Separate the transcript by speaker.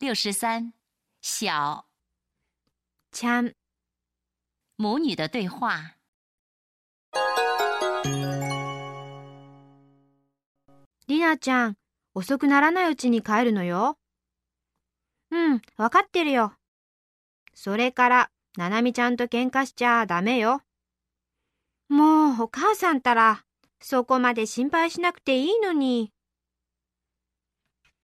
Speaker 1: 六十三，小
Speaker 2: ちゃん、
Speaker 1: 母女的对话。
Speaker 2: りなちゃん、遅くならないうちに帰るのよ。うん、わかってるよ。それから、ななみちゃんと喧嘩しちゃダメよ。もう、お母さんったら、そこまで心配しなくていいのに。